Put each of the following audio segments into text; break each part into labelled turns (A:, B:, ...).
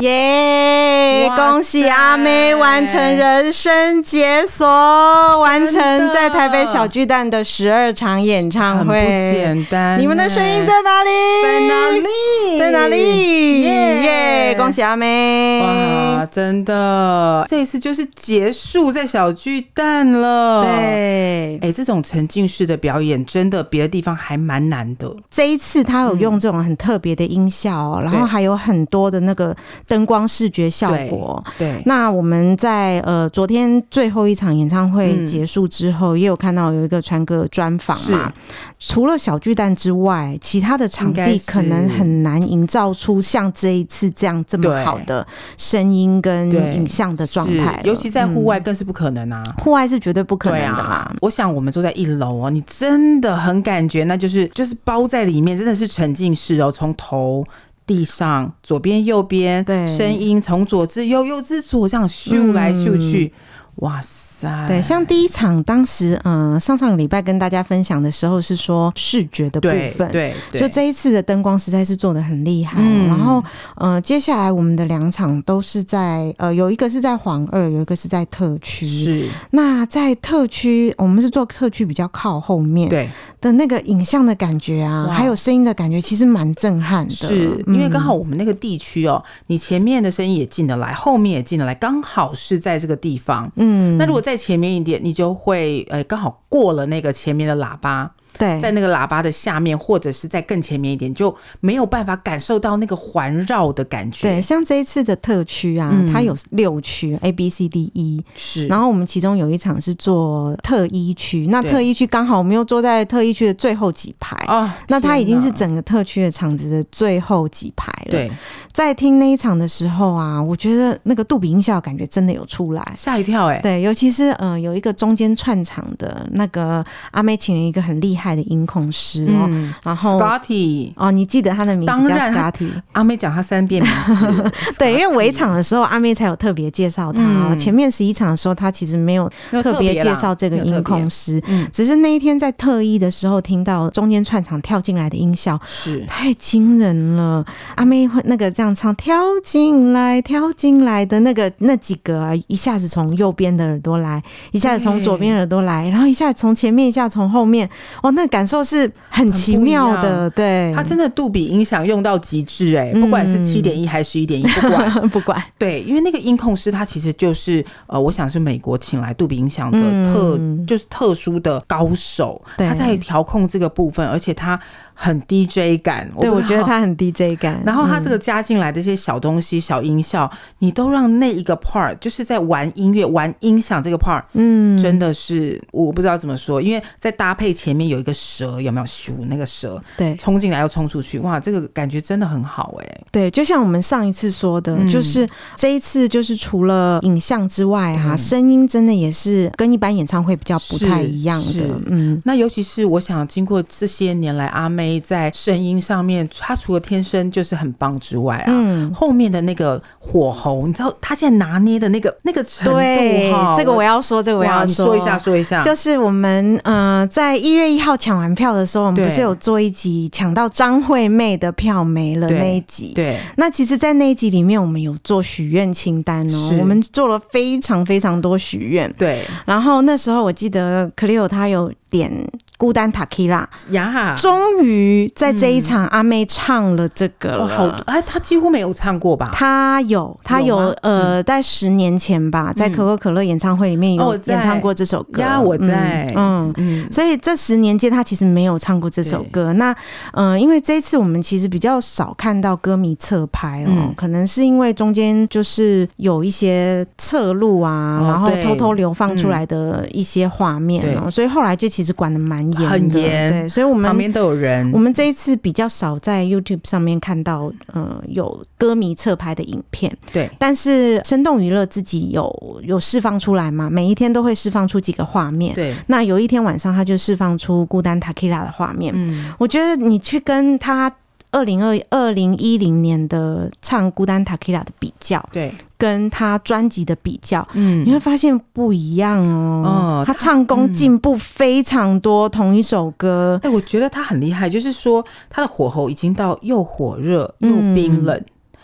A: 耶！
B: 哇塞
A: 恭喜阿妹完成人生解锁，完成在台北小巨蛋的十二场演唱
B: 很不
A: 会，
B: 简单呢
A: 你们的声音在哪里？
B: 在哪里
A: 在哪里？
B: 耶
A: 耶！恭喜阿妹！
B: 哇，真的，这一次就是结束在小巨蛋了。。
A: 对，
B: 哎、这种沉浸式的表演真的别的地方还蛮难的，
A: 这一次他有用这种很特别的音效、哦，然后
B: 对
A: 还有很多的那个灯光视觉效果。
B: 对，
A: 那我们在呃昨天最后一场演唱会
B: 嗯
A: 结束之后，也有看到有一个川哥专访嘛
B: 是。
A: 除了小巨蛋之外，其他的场
B: 应该
A: 地
B: 是
A: 可能很难营造出像这一次这样这么
B: 对
A: 好的声音跟
B: 对
A: 影像的状态了
B: 是，尤其在户
A: 嗯
B: 外更是不可能啊。
A: 户外是绝对不可能
B: 对
A: 的啦。
B: 啊。我想我们坐在一楼哦，你真的很感觉，那就是就是包在里面，真的是沉浸式哦，从头。地上左边右边，
A: 对
B: 声音从左至右，右至左，这样咻来咻去，哇塞！
A: 嗯对，像第一场当时，嗯、上上个礼拜跟大家分享的时候是说视觉的部
B: 对
A: 分。
B: 对，对
A: 就这一次的灯光实在是做的很厉害哦、
B: 嗯
A: 然后，呃，接下来我们的两场都是在，呃，有一个是在黄二，有一个是在特区。
B: 是，
A: 那在特区，我们是做特区比较靠后面
B: 对，
A: 的那个影像的感觉啊，
B: 哇
A: 还有声音的感觉，其实蛮震撼的。嗯
B: 是因为刚好我们那个地区哦，你前面的声音也进得来，后面也进得来，刚好是在这个地方。
A: 嗯，嗯，
B: 那如果再前面一点，你就会呃刚好过了那个前面的喇叭，
A: 对
B: 在那个喇叭的下面，或者是在更前面一点，就没有办法感受到那个环绕的感觉。
A: 对，，像这一次的特区啊，
B: 嗯
A: 它有六区 A B C D E，
B: 是
A: 然
B: 后
A: 后我们其中有一场是做特一区，那
B: 对
A: 特一区刚好我们又坐在特一区的最后几排。
B: 哦，
A: 那它已经是
B: 天
A: 整个特区的场子的最后几排了。
B: 哪，对，
A: 在听那一场的时候啊，我觉得那个杜比音效感觉真的有出来。
B: 吓一跳哎、
A: 对，尤其是嗯、呃有一个中间串场的那个阿妹，请了一个很厉害的音控师哦，
B: 嗯
A: 然后
B: ，Scotty
A: 哦，你记得他的名字
B: 当
A: 叫
B: 然他
A: Scotty，，
B: 阿妹讲他三遍名字
A: 对，因为尾场的时候阿妹才有特别介绍他哦、
B: 嗯
A: 前面十一场的时候她其实没有
B: 没 有
A: 特
B: 特
A: 别
B: 啦
A: 介绍这个
B: 没有
A: 音
B: 特别
A: 控师，
B: 嗯
A: 只是那一天在特意的时候听到中间串场跳进来的音效。
B: 是
A: 太惊人了！阿妹会那个这样唱“跳进来，跳进来”的那个那几个啊，一下子从右边的耳朵来，一下子从左边耳朵来，然后一下子从前面，一下子从后面，哇，那感受是很奇妙
B: 很不一
A: 的，对，
B: 他真的杜比音响用到极致哎、
A: 嗯
B: 不管是七点一还是十一点一，不管
A: 不管
B: 对，因为那个音控师他其实就是呃，我想是美国请来杜比音响的特、
A: 嗯
B: 就是特殊的高手，
A: 对
B: 他在调控这个部分，而且他很 DJ 感，
A: 对，
B: 不
A: 我
B: 知
A: 觉得
B: 道。
A: 他很 DJ 感。
B: 然后他这
A: 嗯
B: 个加进来的一些小东西、小音效，你都让那一个 part 就是在玩音乐、玩音响这个 part，
A: 嗯
B: 真的是我不知道怎么说，因为在搭配前面有一个蛇，有没有咻那个蛇
A: 对
B: 冲进来又冲出去，哇，这个感觉真的很好哎、
A: 对，就像我们上一次说的，
B: 嗯
A: 就是这一次就是除了影像之外啊，
B: 对
A: 声音真的也是跟一般演唱会比较不太一样
B: 是
A: 的
B: 是，
A: 嗯。
B: 那尤其是我想，经过这些年来，阿妹在声音上面，她除了天生就是很棒之外啊，
A: 嗯，
B: 后面的那个火候，你知道她现在拿捏的那个那个程度
A: 对
B: 哈，，
A: 这个我要说，这个我
B: 哇
A: 要
B: 你说一下，说一下，
A: 就是我们呃，在一月一号抢完票的时候，我们
B: 对
A: 不是有做一集抢到张惠妹的票没了
B: 对
A: 那一集。
B: 对
A: 那其实，在那一集里面，我们有做许愿清单哦
B: 是，
A: 我们做了非常非常多许愿。
B: 对
A: 然后那时候我记得 Clio 他有点孤单塔 K 拉，
B: 呀哈，
A: 终于在这一场阿妹唱了这个了。
B: 哇，好哎，他几乎没有唱过吧？
A: 她有，她
B: 有
A: 有
B: 吗，嗯
A: 呃，在十年前吧，在可口可乐演唱会里面
B: 哦
A: 有
B: 我在
A: 演唱过这首歌。
B: 呀我在
A: 嗯，嗯所以这十年间她其实没有唱过这首歌。那，嗯、因为这一次我们其实比较少看到歌迷侧拍哦，
B: 嗯
A: 可能是因为中间就是有一些侧录啊，
B: 哦
A: 然后
B: 对嗯
A: 偷偷流放出来的一些画面哦，所以后来就其实管的蛮严的，
B: 很严
A: 对，所以我们
B: 旁边都有人
A: 我，们这一次比较少在 YouTube 上面看到，呃，有歌迷侧拍的影片，
B: 对，
A: 但是生动娱乐自己有有释放出来嘛，每一天都会释放出几个画面。
B: 对，
A: 那有一天晚上，他就释放出孤单 Takira 的画面。
B: 嗯，
A: 我觉得你去跟他二零二二零一零年的唱《孤单 Takira》的比较，
B: 对，
A: 跟他专辑的比较，你
B: 嗯，
A: 会发现不一样哦。
B: 哦
A: 他唱功进步非常多，同一首歌。
B: 哎，我觉得他很厉害，就是说他的火候已经到又火热又
A: 嗯
B: 冰冷。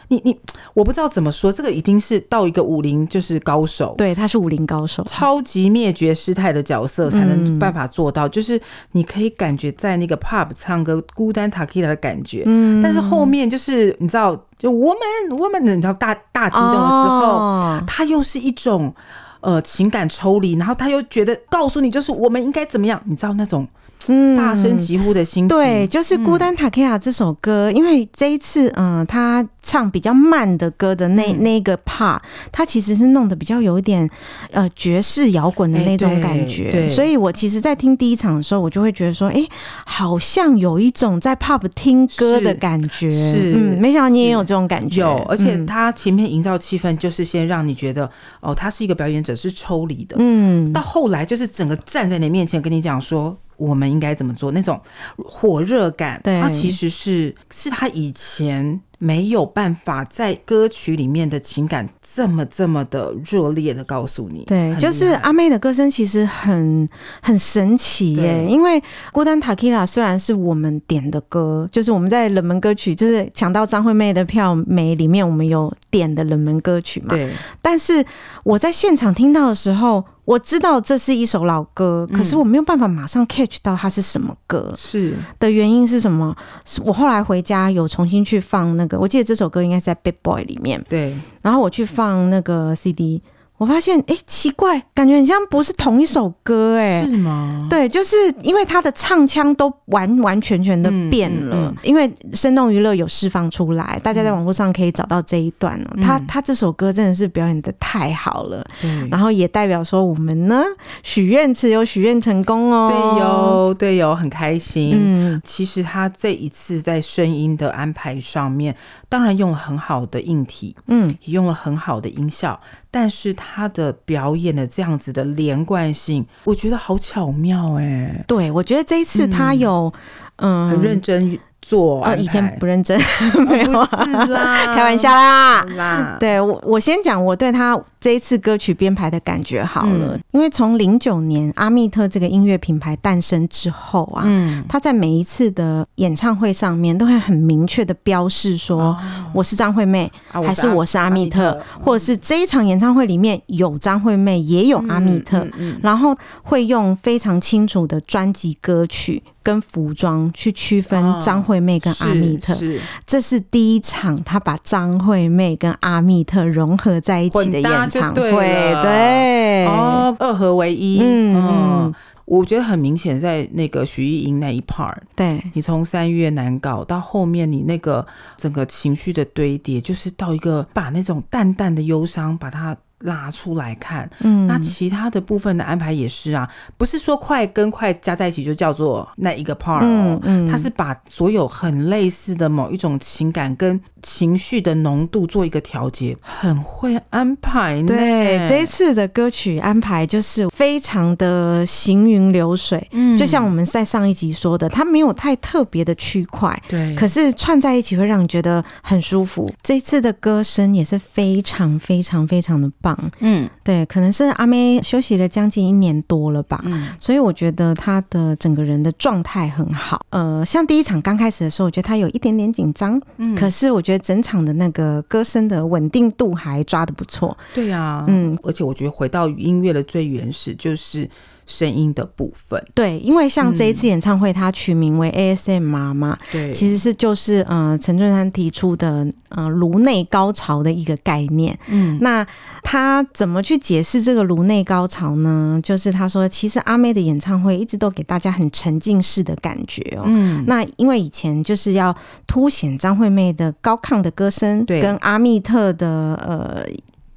B: 你你，我不知道怎么说，这个一定是到一个武林就是高手，
A: 对，他是武林高手。
B: 超级灭绝师太的角色才能
A: 嗯
B: 办法做到，就是你可以感觉在那个 pub 唱歌孤单塔 k i 的感觉，
A: 嗯
B: 但是后面就是你知道，就 woman woman 的，你知道大大提灯的时候，
A: 哦
B: 他、又是一种呃情感抽离，然后他又觉得告诉你就是我们应该怎么样，你知道那种
A: 嗯
B: 大声疾呼的心情，
A: 对，
B: 嗯
A: 就是《孤单塔克亚》这首歌，因为这一次，嗯、他唱比较慢的歌的
B: 嗯
A: 那、那个 part，他其实是弄得比较有一点呃爵士摇滚的
B: 哎
A: 那种
B: 对
A: 感觉，
B: 对
A: 所以我其实，在听第一场的时候，我就会觉得说，哎、好像有一种在 pub 听歌的
B: 是
A: 感觉，
B: 是
A: 嗯，没想到你也
B: 是
A: 有这种感觉，
B: 有，而且
A: 嗯
B: 他前面营造气氛就是先让你觉得哦，他是一个表演者，是抽离的，
A: 嗯
B: 到后来就是整个站在你面前跟你讲说。我们应该怎么做？那种火热感，
A: 对
B: 它其实是是他以前没有办法在歌曲里面的情感这么这么的热烈的告诉你。
A: 对，
B: 很
A: 就是
B: 厉害
A: 阿妹的歌声其实很很神奇耶，
B: 对
A: 因为《孤单塔 q 拉》虽然是我们点的歌，就是我们在冷门歌曲，就是抢到张惠妹的票没里面，我们有点的冷门歌曲嘛。
B: 对，
A: 但是我在现场听到的时候，我知道这是一首老歌，
B: 嗯
A: 可是我没有办法马上 catch 到它是什么歌
B: 是
A: 的原因是什么？是我后来回家有重新去放那个，我记得这首歌应该是在《Big Boy》里面。
B: 对，
A: 然后我去放那个 CD，我发现哎、诶奇怪，感觉很像不是同一首歌哎、
B: 是吗？
A: 对，就是因为他的唱腔都完完全全的变了，
B: 嗯嗯嗯
A: 因为生动娱乐有释放出来，大家在网络上可以找到这一段
B: 嗯
A: 哦。他他这首歌真的是表演的太好了，
B: 对，
A: 然后也代表说我们呢许愿池有许愿成功哦。
B: 对，有，对有，很开心。
A: 嗯，
B: 其实他这一次在声音的安排上面，当然用了很好的硬体，
A: 嗯，
B: 也用了很好的音效，但是他的表演的这样子的连贯性，我觉得好巧妙哎、
A: 对，我觉得这一次他有嗯
B: 很认真做
A: 哦，
B: 安排。
A: 以前不认真， 没有啊
B: 哦不 是啦，
A: 开玩笑啦。
B: 啦。
A: 对我，我先讲我对他这一次歌曲编排的感觉好了，
B: 嗯
A: 因为从零九年阿密特这个音乐品牌诞生之后啊，
B: 嗯，
A: 他在每一次的演唱会上面都会很明确的标示说我是张惠妹，
B: 哦啊
A: 哦还是我是阿密特，
B: 阿
A: 或者是这一场演唱会里面有张惠妹，也有阿密特，
B: 嗯嗯
A: 然后会用非常清楚的专辑歌曲跟服装去区分
B: 哦
A: 张惠妹跟阿密特。
B: 是是
A: 这是第一场他把张惠妹跟阿密特融合在一起的演唱
B: 混搭就
A: 会，
B: 对了
A: 对，
B: 哦，二合为一，
A: 嗯
B: 嗯
A: 嗯，
B: 我觉得很明显，在那个徐艺莹那一 part，
A: 对，
B: 你从三月难搞到后面，你那个整个情绪的堆叠，就是到一个把那种淡淡的忧伤把它拉出来看。
A: 嗯，
B: 那其他的部分的安排也是啊，不是说快跟快加在一起就叫做那一个 part 哦
A: 嗯。嗯，
B: 它是把所有很类似的某一种情感跟情绪的浓度做一个调节，很会安排呢。
A: 对这一次的歌曲安排就是非常的行云流水，
B: 嗯
A: 就像我们在上一集说的，它没有太特别的区块。
B: 对，
A: 可是串在一起会让你觉得很舒服。这一次的歌声也是非常非常非常的棒，
B: 嗯
A: 对，可能是阿妹休息了将近一年多了吧，
B: 嗯
A: 所以我觉得他的整个人的状态很好。呃，像第一场刚开始的时候，我觉得他有一点点紧张，
B: 嗯
A: 可是我觉得整场的那个歌声的稳定度
B: 哦
A: 还抓的不错。
B: 对呀、啊
A: 嗯
B: 而且我觉得回到音乐的最原始，就是声音的部分。
A: 对，因为
B: 嗯
A: 像这一次演唱会，它取名为 ASM 妈妈，
B: 对，
A: 其实是就是呃陈俊山提出的呃颅内高潮的一个概念。
B: 嗯，
A: 那他怎么去解释这个颅内高潮呢？就是他说，其实阿妹的演唱会一直都给大家很沉浸式的感觉哦。
B: 嗯，
A: 那因为以前就是要凸显张惠妹的高亢的歌声，
B: 对
A: 跟阿密特的呃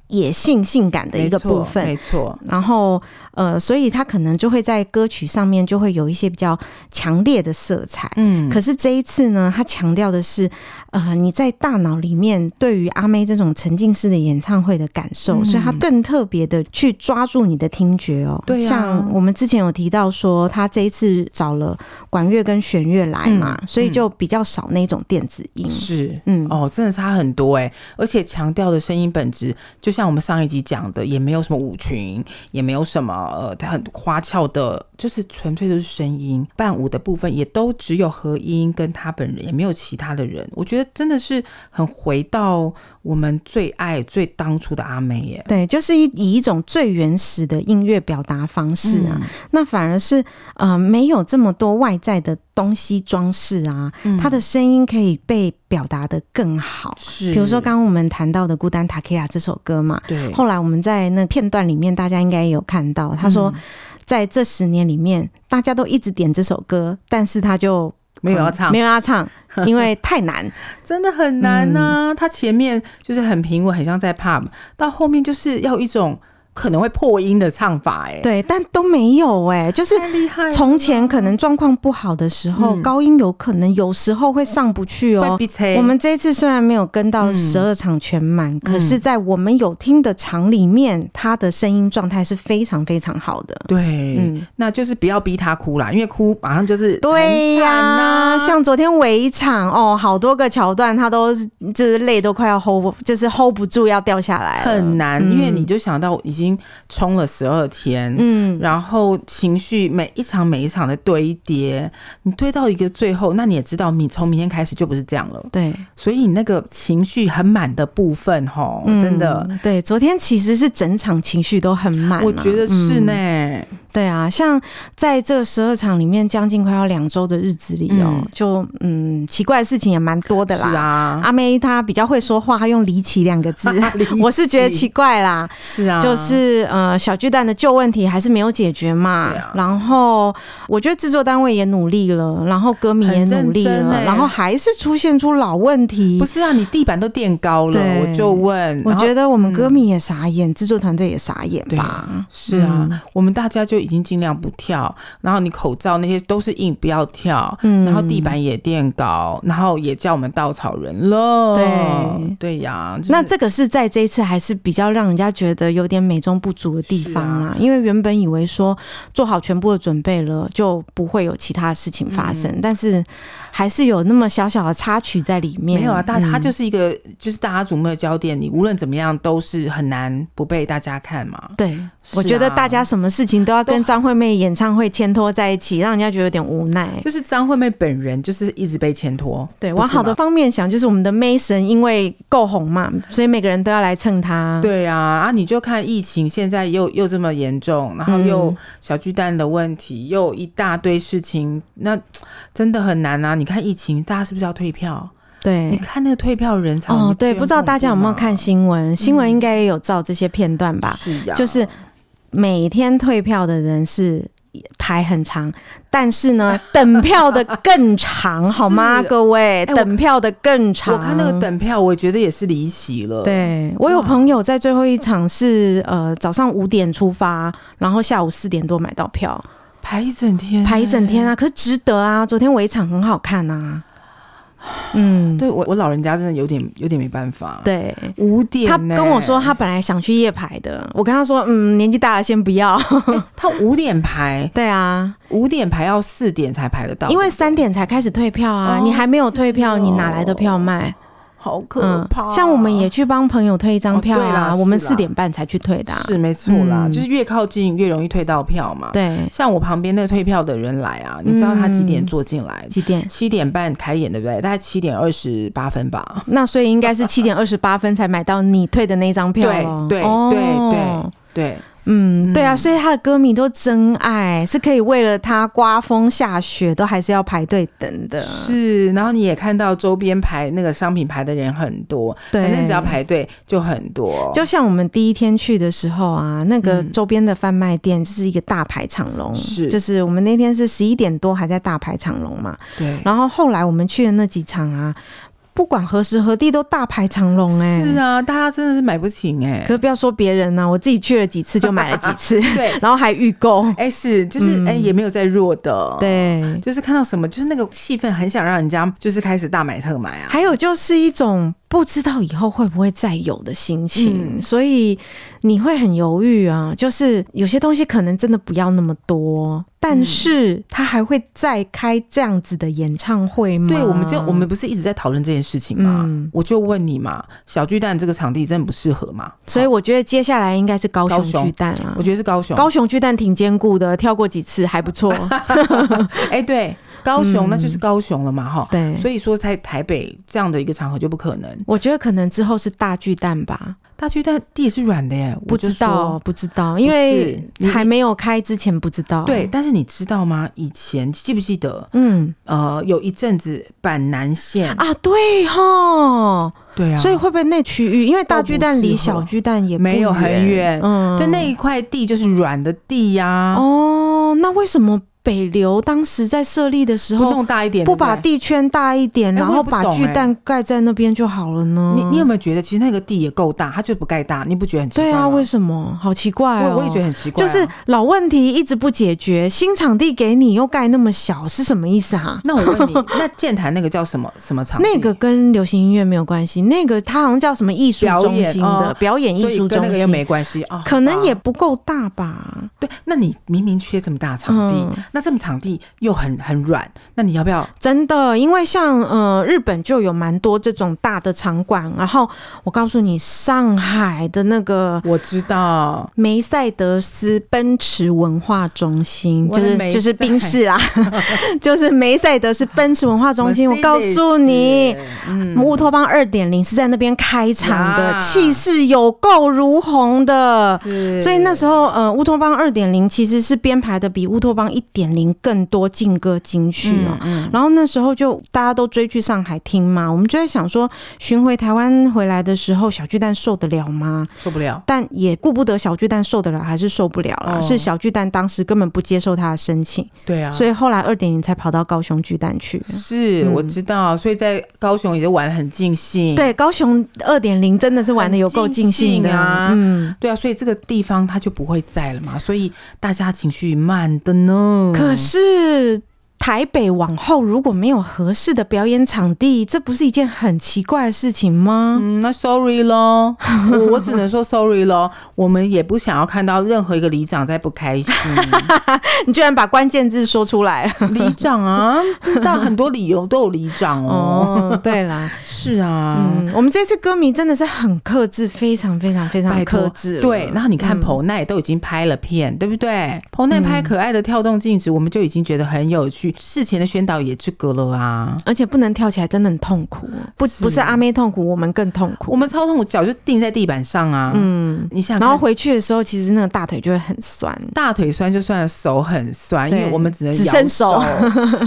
A: 野性性感的一个
B: 没错
A: 部分。
B: 没错，
A: 然后，呃，所以他可能就会在歌曲上面就会有一些比较强烈的色彩。
B: 嗯，
A: 可是这一次呢，他强调的是，呃，你在大脑里面对于阿妹这种沉浸式的演唱会的感受，
B: 嗯
A: 所以他更特别的去抓住你的听觉哦。
B: 对啊
A: 像我们之前有提到说，他这一次找了管乐跟弦乐来嘛，
B: 嗯
A: 所以就比较少那种电子音。
B: 是。
A: 嗯，
B: 哦，真的差很多哎、而且强调的声音本质，就像我们上一集讲的，也没有什么舞群，也没有什么呃，它很花俏的，就是纯粹就是声音。伴舞的部分也都只有和音跟他本人，也没有其他的人。我觉得真的是很回到我们最爱最当初的阿妹耶、
A: 对，就是以以一种最原始的音乐表达方式
B: 嗯
A: 啊，那反而是呃没有这么多外在的东西装饰啊，
B: 嗯，
A: 他的声音可以被表达的更好。
B: 是，
A: 比如说刚刚我们谈到的《孤单塔克拉》这首歌嘛，
B: 对，
A: 后来我们在那片段里面，大家应该也有看到，他说
B: 嗯
A: 在这十年里面，大家都一直点这首歌，但是他就
B: 没有要
A: 嗯
B: 唱，
A: 没有要 唱，因为太难。
B: 真的很难
A: 嗯
B: 呢、它前面就是很平稳，很像在 pub，到后面就是要一种可能会破音的唱法、哎，，
A: 对，但都没有哎、就是
B: 太厉害了，
A: 从前可能状况不好的时候，
B: 嗯
A: 高音有可能有时候会上不去
B: 会
A: 哦。
B: 逼车
A: 我们这一次虽然没有跟到
B: 嗯
A: 十二场全满，可是，在我们有听的场里面，他的声音状态是非常非常好的。
B: 对。
A: 嗯，
B: 那就是不要逼他哭啦，因为哭马上就是
A: 对呀、
B: 很惨啊呐
A: 像昨天尾场哦，好多个桥段，他都是就是泪都快要 hold，不就是 hold 不住要掉下来了，
B: 很难，
A: 嗯
B: 因为你就想到已经冲了十二天，
A: 嗯，
B: 然后情绪每一场每一场的堆叠，你堆到一个最后，那你也知道，你从明天开始就不是这样了，
A: 对，
B: 所以你那个情绪很满的部分，吼，
A: 嗯
B: 真的，
A: 对。昨天其实是整场情绪都很满啊、
B: 我觉得是
A: 嗯
B: 呢、
A: 对啊，像在这十二场里面，将近快要两周的日子里哦，
B: 嗯
A: 就嗯，奇怪的事情也蛮多的啦。
B: 是啊，
A: 阿妹她比较会说话，她用“离奇”两个字
B: 离奇，
A: 啊我是觉得奇怪啦。
B: 是啊，
A: 就是呃，小巨蛋的旧问题还是没有解决嘛。
B: 对啊
A: 然后我觉得制作单位也努力了，然后歌迷也努力
B: 很认真
A: 了，
B: 欸
A: 然后还是出现出老问题
B: 不。是啊？你地板都垫高了，
A: 对
B: 我就问，
A: 我
B: 然后
A: 觉得我们歌迷也傻眼，制作团队也傻眼
B: 对
A: 吧。
B: 是啊，
A: 嗯
B: 我们大家就已经尽量不跳，然后你口罩那些都是硬不要跳，
A: 嗯
B: 然后地板也垫高，然后也叫我们稻草人了，
A: 对
B: 对呀，就是
A: 那这个是在这一次还是比较让人家觉得有点美中不足的地方
B: 啊
A: 啦，因为原本以为说做好全部的准备了，就不会有其他的事情发
B: 嗯
A: 生，但是还是有那么小小的插曲在里面。
B: 没有啊，大它
A: 嗯
B: 就是一个就是大家瞩目的焦点，你无论怎么样都是很难不被大家看嘛。
A: 对，
B: 是
A: 我觉得
B: 啊
A: 大家什么事情都要跟
B: 都
A: 张惠妹演唱会牵拖在一起，让人家觉得有点无奈。
B: 就是张惠妹本人就是一直被牵拖，
A: 对，
B: 不是
A: 往好的
B: 吗
A: 方面想，就是我们的妹神因为够红嘛，所以每个人都要来蹭她。
B: 对啊，啊，你就看疫情现在又又这么严重，然后又
A: 嗯
B: 小巨蛋的问题，又一大堆事情，那真的很难啊！你看疫情，大家是不是要退票？你
A: 对。
B: 看那个退票人潮，
A: 嗯哦
B: 你，
A: 对，
B: 觉得
A: 不知道大家有没有看新闻？新闻应该也有照这些片段吧
B: 很？恐怖啊吗？是呀、
A: 嗯就是啊每天退票的人是排很长，但是呢，等票的更 长，好吗？
B: 是
A: 各位，
B: 哎我
A: 等票的更长。
B: 我看那个等票，我觉得也是离奇了。，
A: 嗯对
B: 啊
A: 我有朋友在最后一场是呃早上五点出发，然后下午四点多买到票，
B: 排一整天、
A: 排一整天
B: 哎
A: 啊，可是值得啊！昨天围场很好看啊，嗯，
B: 对我，我老人家真的有点有点没办法。，
A: 对。
B: 五点、
A: 他跟我说，他，本来想去夜排的，我跟他说，嗯，年纪大了先不要。
B: 他五点排，
A: 对 啊，
B: 五点排要四点才排得到，
A: 因为三点才开始退票啊，
B: 哦
A: 你还没有退票，
B: 是哦
A: 你哪来的票卖？嗯
B: 好可怕、啊
A: 像我们也去帮朋友退一张票
B: 哦对啦
A: 啊，
B: 是啦
A: 我们四点半才去退的、啊。
B: 是啊没错啦，
A: 嗯
B: 就是越靠近越容易退到票嘛。，
A: 对，
B: 像我旁边那个退票的人来啊，你知道他几点
A: 嗯
B: 坐进来？
A: 几点？
B: 七点半开演，对不对？大概七点二十八分吧。
A: 那所以应该是七点二十八分才买到你退的那张票
B: 对
A: 咯
B: 对
A: 哦
B: 对对对，
A: 嗯，对啊，所以他的歌迷都真爱，是可以为了他刮风下雪都还是要排队等的。
B: 是，然后你也看到周边排那个商品排的人很多，
A: 对
B: 反正只要排队就很多，
A: 就像我们第一天去的时候啊，那个周边的贩卖店就是一个大排长龙，
B: 嗯是
A: 就是我们那天是十一点多还在大排长龙嘛，
B: 对。
A: 然后后来我们去的那几场啊，不管何时何地都大排长龙哎、
B: 是啊，大家真的是买不起哎、
A: 可是不要说别人呢、啊我自己去了几次就买了几次，
B: 对，
A: 然后还预购，
B: 哎、是，就是哎、也没有在弱的，，
A: 嗯对。
B: 就是看到什么，就是那个气氛很想让人家就是开始大买特买啊，
A: 还有就是一种不知道以后会不会再有的心情，
B: 嗯
A: 所以你会很犹豫啊。就是有些东西可能真的不要那么多，
B: 嗯
A: 但是他还会再开这样子的演唱会吗？
B: 对，我们就我们不是一直在讨论这件事情吗？
A: 嗯
B: 我就问你嘛，小巨蛋这个场地真的不适合吗？
A: 所以我觉得接下来应该是高雄
B: 哦高雄
A: 巨蛋啊
B: 我。觉得是高雄，
A: 高雄巨蛋挺坚固的，跳过几次还不 错。
B: 哎、对，高雄、那就是高雄了嘛，哈。
A: 嗯对，
B: 所以说，在台北这样的一个场合就不可能。
A: 我觉得可能之后是大巨蛋吧，
B: 大巨蛋地也是软的耶，
A: 不
B: 我就
A: 知道，
B: 说。
A: 不知道，因为
B: 你
A: 还没有开之前不知道。
B: 对，，但是你知道吗？以前记不记得？
A: 嗯
B: 呃，有一阵子板南线，
A: 啊，对吼，
B: 对啊，
A: 所以会不会那区域，因为大巨蛋
B: 都
A: 离
B: 不适合
A: 小巨蛋也不
B: 没有很远
A: 嗯，
B: 对那一块地就是软的地呀、
A: 哦，那为什么北流当时在设立的时
B: 不
A: 候
B: 弄大一点，
A: 不
B: 对
A: 把
B: 对
A: 地圈大一点，
B: 哎
A: 然
B: 我也
A: 后
B: 不
A: 把
B: 懂哎
A: 巨蛋盖在那边就好了呢？
B: 你你有没有觉得，其实那个地也够大，它就不盖大，你不觉得很奇怪
A: 对啊，
B: 吗
A: 为什么？好奇怪哦，
B: 我我也觉得很奇怪
A: 就
B: 啊、
A: 是老问题一直不解决，新场地给你又盖那么小，是什么意思啊？
B: 那我问你，那健谈那个叫什么什么场地？
A: 那个跟流行音乐没有关系，那个它好像叫什么艺术
B: 表
A: 中
B: 演
A: 心的
B: 哦
A: 表演
B: 所
A: 艺
B: 以
A: 术
B: 跟
A: 中
B: 那个又
A: 心，
B: 没关系啊，
A: 可能也
B: 好吧
A: 不够大吧。
B: 对。那你明明缺这么大场地，
A: 嗯
B: 那这么场地又很很软，那你 要不要？
A: 真的，因为像呃日本就有蛮多这种大的场馆，然后我告诉你，上海的那个
B: 我知道，
A: 梅赛德斯奔驰文化中心，
B: 我
A: 就
B: 的
A: 是
B: 梅
A: 就是
B: 赛
A: 宾士啦， 就是梅赛德斯奔驰文化中 心。我告诉你，
B: 嗯
A: 乌托邦二点零是在那边开场的，
B: 呀
A: 气势有够如虹的。
B: 是
A: 呃所以那时候，呃，乌托邦二点零其实是编排的比乌托邦一点零更多劲歌金曲哦、
B: 嗯
A: 然后那时候就大家都追去上海听嘛，我们就在想说，巡回台湾回来的时候，小巨蛋受得了吗？
B: 受不了。
A: 但也顾不得小巨蛋受得了还是受不了啦，
B: 哦
A: 是小巨蛋当时根本不接受他的申请，
B: 对啊，
A: 所以后来二点零才跑到高雄巨蛋去。
B: 是、我知道，所以在高雄也是玩的很尽兴。
A: 嗯对，高雄二点零真的是玩的有够尽兴的
B: 很尽兴啊
A: 嗯。
B: 对啊，所以这个地方它就不会在了嘛，所以大家情绪慢的呢。
A: 可是台北往后如果没有合适的表演场地，这不是一件很奇怪的事情吗？
B: 嗯，那 sorry 咯，我我只能说 sorry 咯。我们也不想要看到任何一个里长在不 开心。
A: 你居然把关键字说出来了。
B: 里长啊，但很多理由都有里长哦。
A: 哦， 对啦，
B: 是啊，
A: 嗯，我们这次歌迷真的是很克制，非常非常非常
B: 拜托
A: 克制了。嗯
B: 对，然后你看彭奈都已经拍了片，对不对？彭奈拍可爱的跳动镜子，我们就已经觉得很有趣。事前的宣导也这个了啊，
A: 而且不能跳起来，真的很痛苦。不，
B: 是
A: 不是阿妹痛苦，我们更痛苦。
B: 我们超痛，我脚就钉在地板上啊。
A: 嗯，
B: 你想想看，
A: 然后回去的时候，其实那个大腿就会很酸。
B: 大腿酸就算了，手很酸，因
A: 对
B: 为我们只能
A: 只
B: 摇
A: 伸手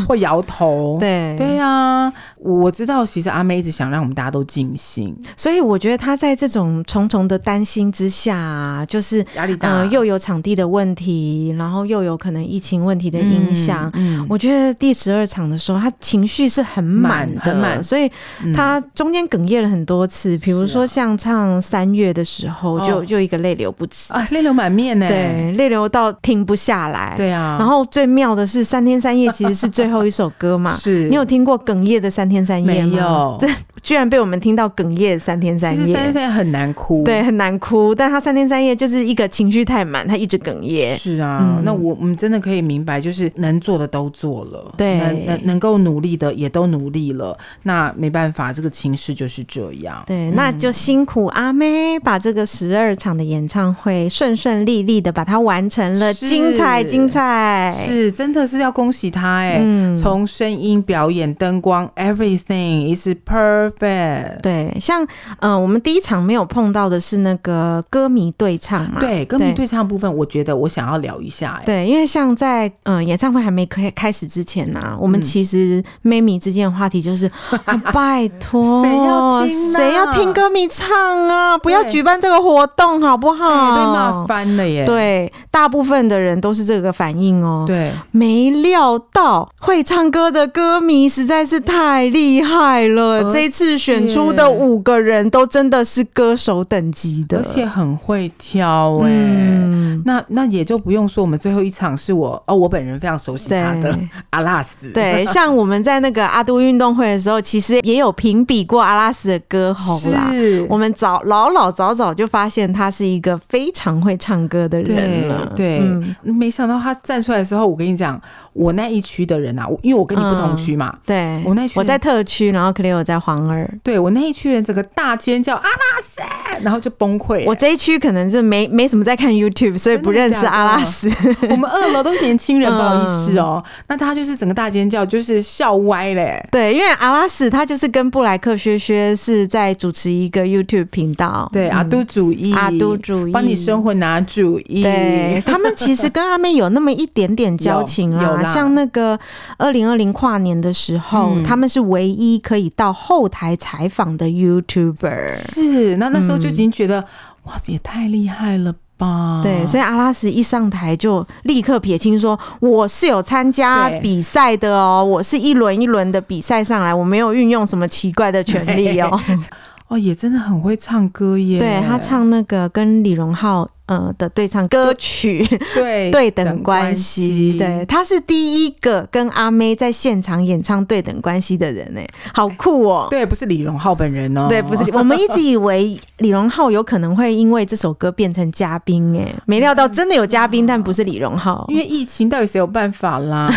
B: 或摇头。
A: 对
B: 对啊，我我知道，其实阿妹一直想让我们大家都尽兴，
A: 所以我觉得他在这种重重的担心之下啊，就是
B: 压力大、
A: 呃，又有场地的问题，然后又有可能疫情问题的影响。
B: 嗯，
A: 我觉得第十二场的时候，他情绪是很满
B: 满
A: 的，
B: 很满
A: 所以
B: 嗯
A: 他中间哽咽了很多次。比如说像唱三月的时候，
B: 哦
A: 就就一个泪流不止，
B: 啊泪流满面呢。
A: 对，泪流到停不下来。
B: 对啊，
A: 然后最妙的是，《三天三夜》其实是最后一首歌嘛。
B: 是
A: 你有听过哽咽的《三天三夜》吗？
B: 没有？
A: 这居然被我们听到哽咽的《三天三
B: 其实
A: 夜》
B: 三三很难哭。
A: 对，。很难哭。但他三天三夜就是一个情绪太满，他一直哽咽。
B: 是啊，
A: 嗯
B: 那我我们真的可以明白，就是能做的都做了，
A: 对
B: 能能能够努力的也都努力了，那没办法，这个情势就是这样。
A: 对，那就辛苦阿妹把这个十二场的演唱会顺顺利利的把它完成了，
B: 是
A: 精彩精彩。
B: 是，真的是要恭喜他哎、
A: 嗯
B: 从声音、表演、灯光，everything is perfect。
A: 对，像呃，我们第一场没有碰到的是那个歌迷对唱嘛，
B: 对，歌迷对唱部分，我觉得我想要聊一下、欸。
A: 对，因为像在嗯、呃、演唱会还没开开始之前呢、
B: 嗯
A: 啊，我们其实妹迷之间的话题就是，啊拜托，
B: 谁要听啊
A: 谁要听歌迷唱啊？不要
B: 对
A: 举办这个活动好不好？
B: 哎被骂翻了耶！
A: 哦对，大部分的人都是这个反应哦。，
B: 对，
A: 没料到会唱歌的歌迷实在是太厉害了，
B: 而
A: 这一次选出的五个人都真的是歌手等级的，
B: 而且很会挑哎、
A: 嗯，
B: 那那也就不用说，我们最后一场是我哦，我本人非常熟悉他的
A: 对
B: 阿拉斯，
A: 对，像我们在那个阿都运动会的时候，其实也有评比过阿拉斯的歌喉啦。
B: 是，
A: 我们早老老早早就发现他是一个非常会唱歌的人
B: 对
A: 了，
B: 对、
A: 嗯
B: 没想到他站出来的时候，我跟你讲，我那一区的人啊，我因为我跟你不
A: 嗯
B: 同区嘛，
A: 对，
B: 我那群
A: 我在特区，然后 Cleo 在黄二，
B: 对我那一区人整个大尖叫阿拉斯，然后就崩溃欸、
A: 我这一区可能是没没什么在看 YouTube，所以不认识阿拉斯。
B: 我们二楼都是年轻人，
A: 嗯
B: 不好意思哦。那他就是整个大尖叫，就是笑歪嘞。
A: 对，因为阿拉斯他就是跟布莱克薛薛是在主持一个 YouTube 频道，
B: 对，阿都主义，
A: 嗯阿都主义
B: 帮你生活拿主意。
A: 对他们其实跟阿妹有那么一点点交情
B: 有有
A: 啦，
B: 啦
A: 像那个二零二零跨年的时候，
B: 嗯
A: 他们是唯一可以到后台采访的 YouTuber。
B: 是。那那时候就已经觉得，哇，这也太厉害了吧？
A: 对，所以阿拉斯一上台就立刻撇清说：“我是有参加
B: 对
A: 比赛的哦，我是一轮一轮的比赛上来，我没有运用什么奇怪的权利 哦。
B: 哦，也真的很会唱歌耶。
A: 对他唱那个跟李荣浩呃的对唱歌曲，
B: 对
A: 对等关系，对，，他是第一个跟阿妹在现场演唱对等关系的人呢、好酷哦、
B: 对，不是李荣浩本人哦。
A: 对，不是，我们一直以为李荣浩有可能会因为这首歌变成嘉宾，哎，没料到真的有嘉宾，但不是李荣浩
B: 嗯因。为疫情到底谁有办 法啦？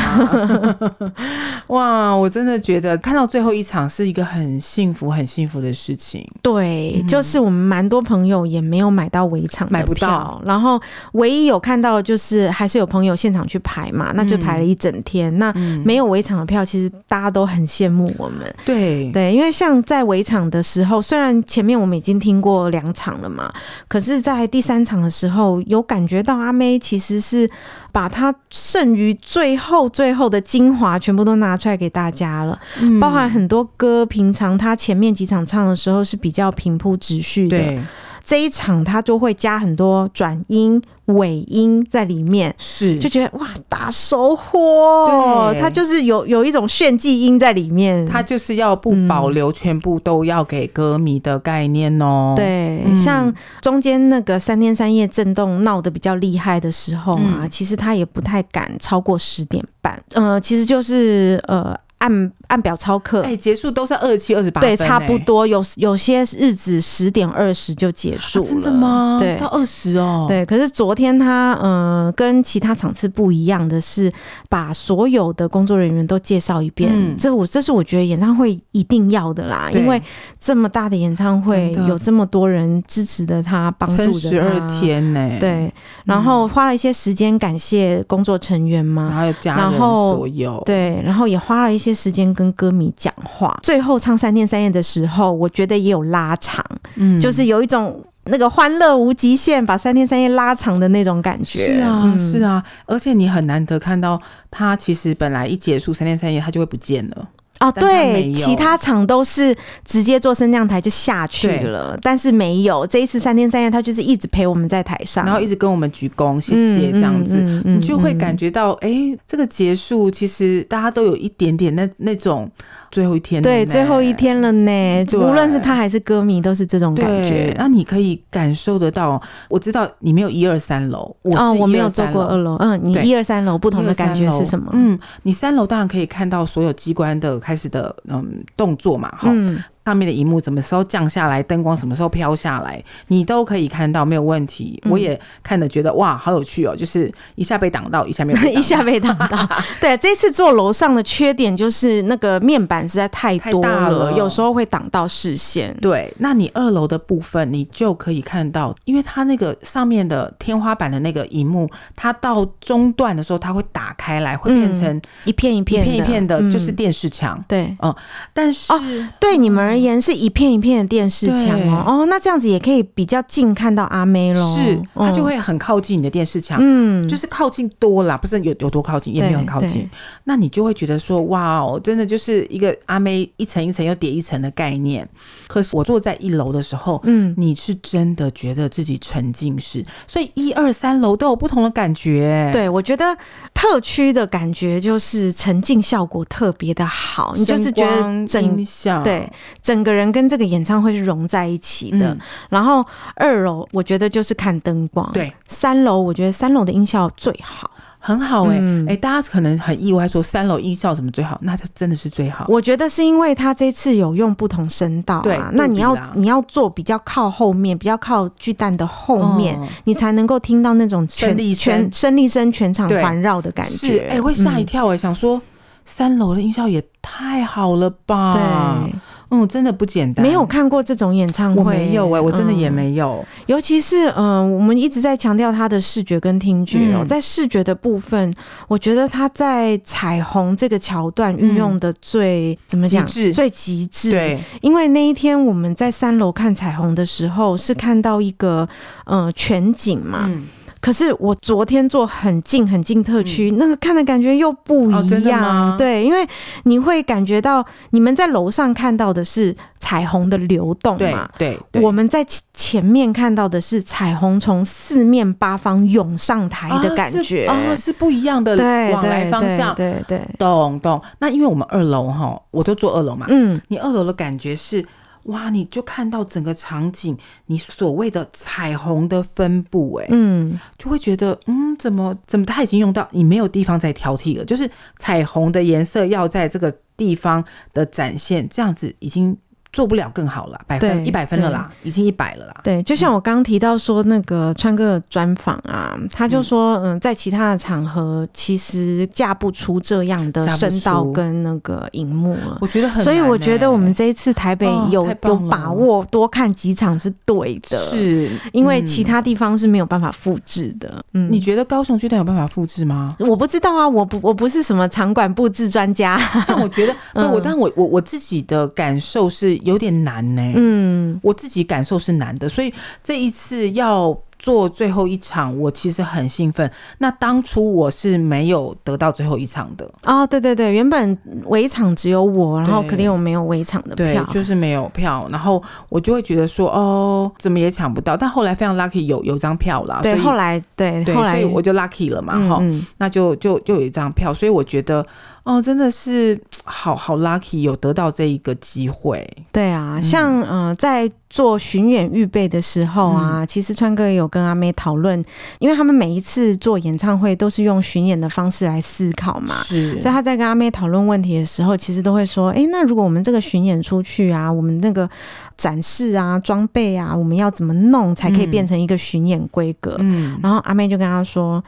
B: 哇，我真的觉得看到最后一场是一个很幸福、很幸福的事情。
A: 对，就是我们蛮多朋友也没有买到围场的
B: 嗯买不
A: 票
B: 到，
A: 然后唯一有看到的就是还是有朋友现场去排嘛，那就
B: 嗯
A: 排了一整天。那没有围场的票，其实大家都很羡慕我们。
B: 对，
A: 对，因为像在围场的时候，虽然前面我们已经听过两场了嘛，可是，在第三场的时候，有感觉到阿妹其实是把她剩余最后最后的精华全部都拿出来给大家了，
B: 嗯
A: 包含很多歌，平常她前面几场唱的时候是比较平铺直叙的，
B: 对，
A: 这一场她就会加很多转音、尾音在里面。
B: 是
A: 就觉得哇，大收获！
B: 嗯对
A: 她就是有有一种炫技音在里面，
B: 他就是要不保留，全部都要给歌迷的概念哦。，
A: 嗯对，
B: 嗯
A: 像中间那个三天三夜震动闹得比较厉害的时候啊，
B: 嗯
A: 其实他也不太敢超过十点半，呃，其实就是呃按按表操课。
B: 哎，结束都是二七二十八，
A: 对，
B: 哎
A: 差不多有有些日子十点二十就结
B: 啊
A: 束了、
B: 真的吗？
A: 对
B: 到二十哦。，
A: 对，可是昨天他嗯、呃跟其他场次不一样的是，把所有的工作人员都介绍一遍。
B: 嗯
A: 这我这是我觉得演唱会一定要的啦，
B: 对
A: 因为这么大的演唱会
B: 真的
A: 有这么多人支持的他，帮助
B: 撑
A: 着
B: 十二
A: 他。
B: 天呢。，
A: 对，然后花了一些时间感谢工作成员嘛，
B: 然后家
A: 然
B: 人
A: 后
B: 所有，
A: 对，然后也花了一些时间跟歌迷讲话。最后唱《三天三夜》的时候，我觉得也有拉长，
B: 嗯
A: 就是有一种那个欢乐无极限，把《三天三夜》拉长的那种感觉。
B: 是啊，
A: 嗯
B: 是啊，而且你很难得看到他，其实本来一结束三天三夜，他就会不见了。
A: 哦，
B: 但他没
A: 对，
B: 有
A: 其他场都是直接做升降台就下去
B: 对
A: 了，但是没有这一次《三天三夜》，他就是一直陪我们在台上，
B: 然后一直跟我们鞠躬，谢谢这样子，
A: 嗯嗯
B: 你就会
A: 嗯
B: 感觉到，哎、这个结束其实大家都有一点点那那种最后一天
A: 嗯
B: 了
A: 对，
B: 呢
A: 最后一。天了呢。
B: 欸对
A: 无论是他还是歌迷，都是这种
B: 对
A: 感觉，。
B: 那你可以感受得到。我知道你没有一二三楼，我是
A: 哦，我没有
B: 123
A: 坐过
B: 楼
A: 二楼，嗯，你
B: 对
A: 一二三楼不同的感觉
B: 123
A: 是什么
B: 楼？嗯，你三楼当然可以看到所有机关的开始的嗯动作嘛，哈、
A: 嗯，
B: 上面的荧幕什么时候降下来，灯光什么时候飘下来，你都可以看到，没有问题。我
A: 嗯
B: 也看的觉得哇，好有趣哦，就是一下被挡到，一下没有被挡 到
A: 一下被挡 到。对，这次坐楼上的缺点就是那个面板实在太多
B: 太大了
A: 有时候会挡到视线。
B: 对，那你二楼的部分，你就可以看到，因为它那个上面的天花板的那个荧幕，它到中段的时候，它会打开来，会变成
A: 一片一
B: 一
A: 嗯片的，
B: 片一片的，
A: 嗯哦
B: 就是电视墙。
A: 对
B: 但是，
A: 对你们而而言是一片一片的电视墙哦。
B: 对
A: 哦，那这样子也可以比较近看到阿妹喽。
B: 是它就
A: 嗯
B: 会很靠近你的电视墙，
A: 嗯，
B: 就是靠近多啦，不是有有多靠近，也没有很靠
A: 对
B: 近
A: 对。
B: 那你就会觉得说，哇哦，真的就是一个阿妹一层一层又叠一层的概念。可是我坐在一楼的时候，
A: 嗯，
B: 你是真的觉得自己沉浸式，所以一二三楼都有不同的感觉。，
A: 对，我觉得特区的感觉就是沉浸效果特别的好，你就是觉得整
B: 音效
A: 对整个人跟这个演唱会是融在一起的。
B: 嗯
A: 然后二楼我觉得就是看灯光，
B: 对，
A: 三楼我觉得三楼的音效最好，
B: 很好哎、欸、哎、
A: 嗯
B: 大家可能很意外说三楼音效怎么最好，那它真的是最好。
A: 我觉得是因为他这次有用不同声道
B: 对
A: 啊，那你要
B: 对啦
A: 你要做比较靠后面，比较靠巨蛋的后面，
B: 嗯
A: 你才能够听到那种
B: 声
A: 全
B: 力声
A: 全声力声全场
B: 对
A: 环绕的感
B: 是
A: 觉，嗯
B: 哎、会吓一跳哎、想说三楼的音效也太好了吧？
A: 嗯。
B: 嗯，真的不简
A: 对，
B: 单。
A: 没有看过这种演唱会，
B: 我没有哎、我真的也
A: 嗯
B: 没有。
A: 尤其是嗯、呃我们一直在强调它的视觉跟听觉哦，
B: 嗯
A: 在视觉的部分，我觉得它在彩虹这个桥段运用的最、怎么讲
B: 极致
A: 最极致。，
B: 对，
A: 因为那一天我们在三楼看彩虹的时候，是看到一个呃全景嘛。
B: 嗯，
A: 可是我昨天坐很近很近特区，那个看的感觉又不
B: 嗯哦真
A: 一
B: 的
A: 样。
B: 吗
A: 对，因为你会感觉到你们在楼上看到的是彩虹的流动
B: 对
A: 嘛，
B: 对对，
A: 啊我们在前前面看到的是彩虹从四面八方涌上台的感觉，
B: 啊是啊是不一样的
A: 对，
B: 往来
A: 对
B: 方
A: 对
B: 向。啊
A: 对对，
B: 懂懂。那因为我们二楼哈，我都坐二楼嘛，
A: 嗯，
B: 你二楼的感觉是。哇！你就看到整个场景，你所谓的彩虹的分布、哎、
A: 嗯，
B: 就会觉得，嗯，怎么怎么，它已经用到你没有地方再挑剔了，就是彩虹的颜色要在这个地方的展现，这样子已经做不了更好了，百分
A: 对
B: 一百分了啦，已经一百了啦。
A: 对，就像我刚刚提到说那个川哥的专访啊，他就说，嗯，在其他的场合其实架不出这样的
B: 架不
A: 声道
B: 出
A: 跟那个荧幕了。
B: 我觉得很难欸、
A: 所以我觉得我们这一次台北
B: 哦
A: 有、
B: 太棒
A: 有
B: 了
A: 把握多看几场是对的，
B: 是
A: 因为其、
B: 嗯
A: 他地方是没有办法复制的。嗯，？
B: 你觉得高雄巨蛋有办法复制吗
A: 我不知道啊，我不我不是什么场馆布置专 家。
B: 但我觉得，不
A: 嗯
B: 我但我我我自己的感受是有点难呢、
A: 嗯，
B: 我自己感受是难的，所以这一次要做最后一场，我其实很兴奋。那当初我是没有得到最后一场的，
A: 哦，对对对，原本围场只有我，然后
B: 对
A: 可能我没有围场的
B: 对
A: 票，，
B: 就是没有票，然后我就会觉得说，哦，怎么也抢不到。但后来非常 lucky 有有张票啦，
A: 对
B: 所以
A: 后来啊对
B: 对，
A: 后
B: 所
A: 来
B: 以我就 lucky 了嘛，
A: 嗯
B: 哈、
A: 嗯
B: 那就就又有一张票，所以我觉得，哦，真的是好好 lucky 有得到这一个机会。
A: 对啊，像呃，在做巡演预备的时候啊，其实川哥也有跟阿妹讨论，因为他们每一次做演唱会都是用巡演的方式来思考嘛，
B: 是
A: 所以他在跟阿妹讨论问题的时候，其实都会说：“诶，那如果我们这个巡演出去啊，我们那个展示啊、装备啊，我们要怎么弄才可以
B: 嗯
A: 变成一个巡演规格？”
B: 嗯，
A: 然后阿妹就跟他说：“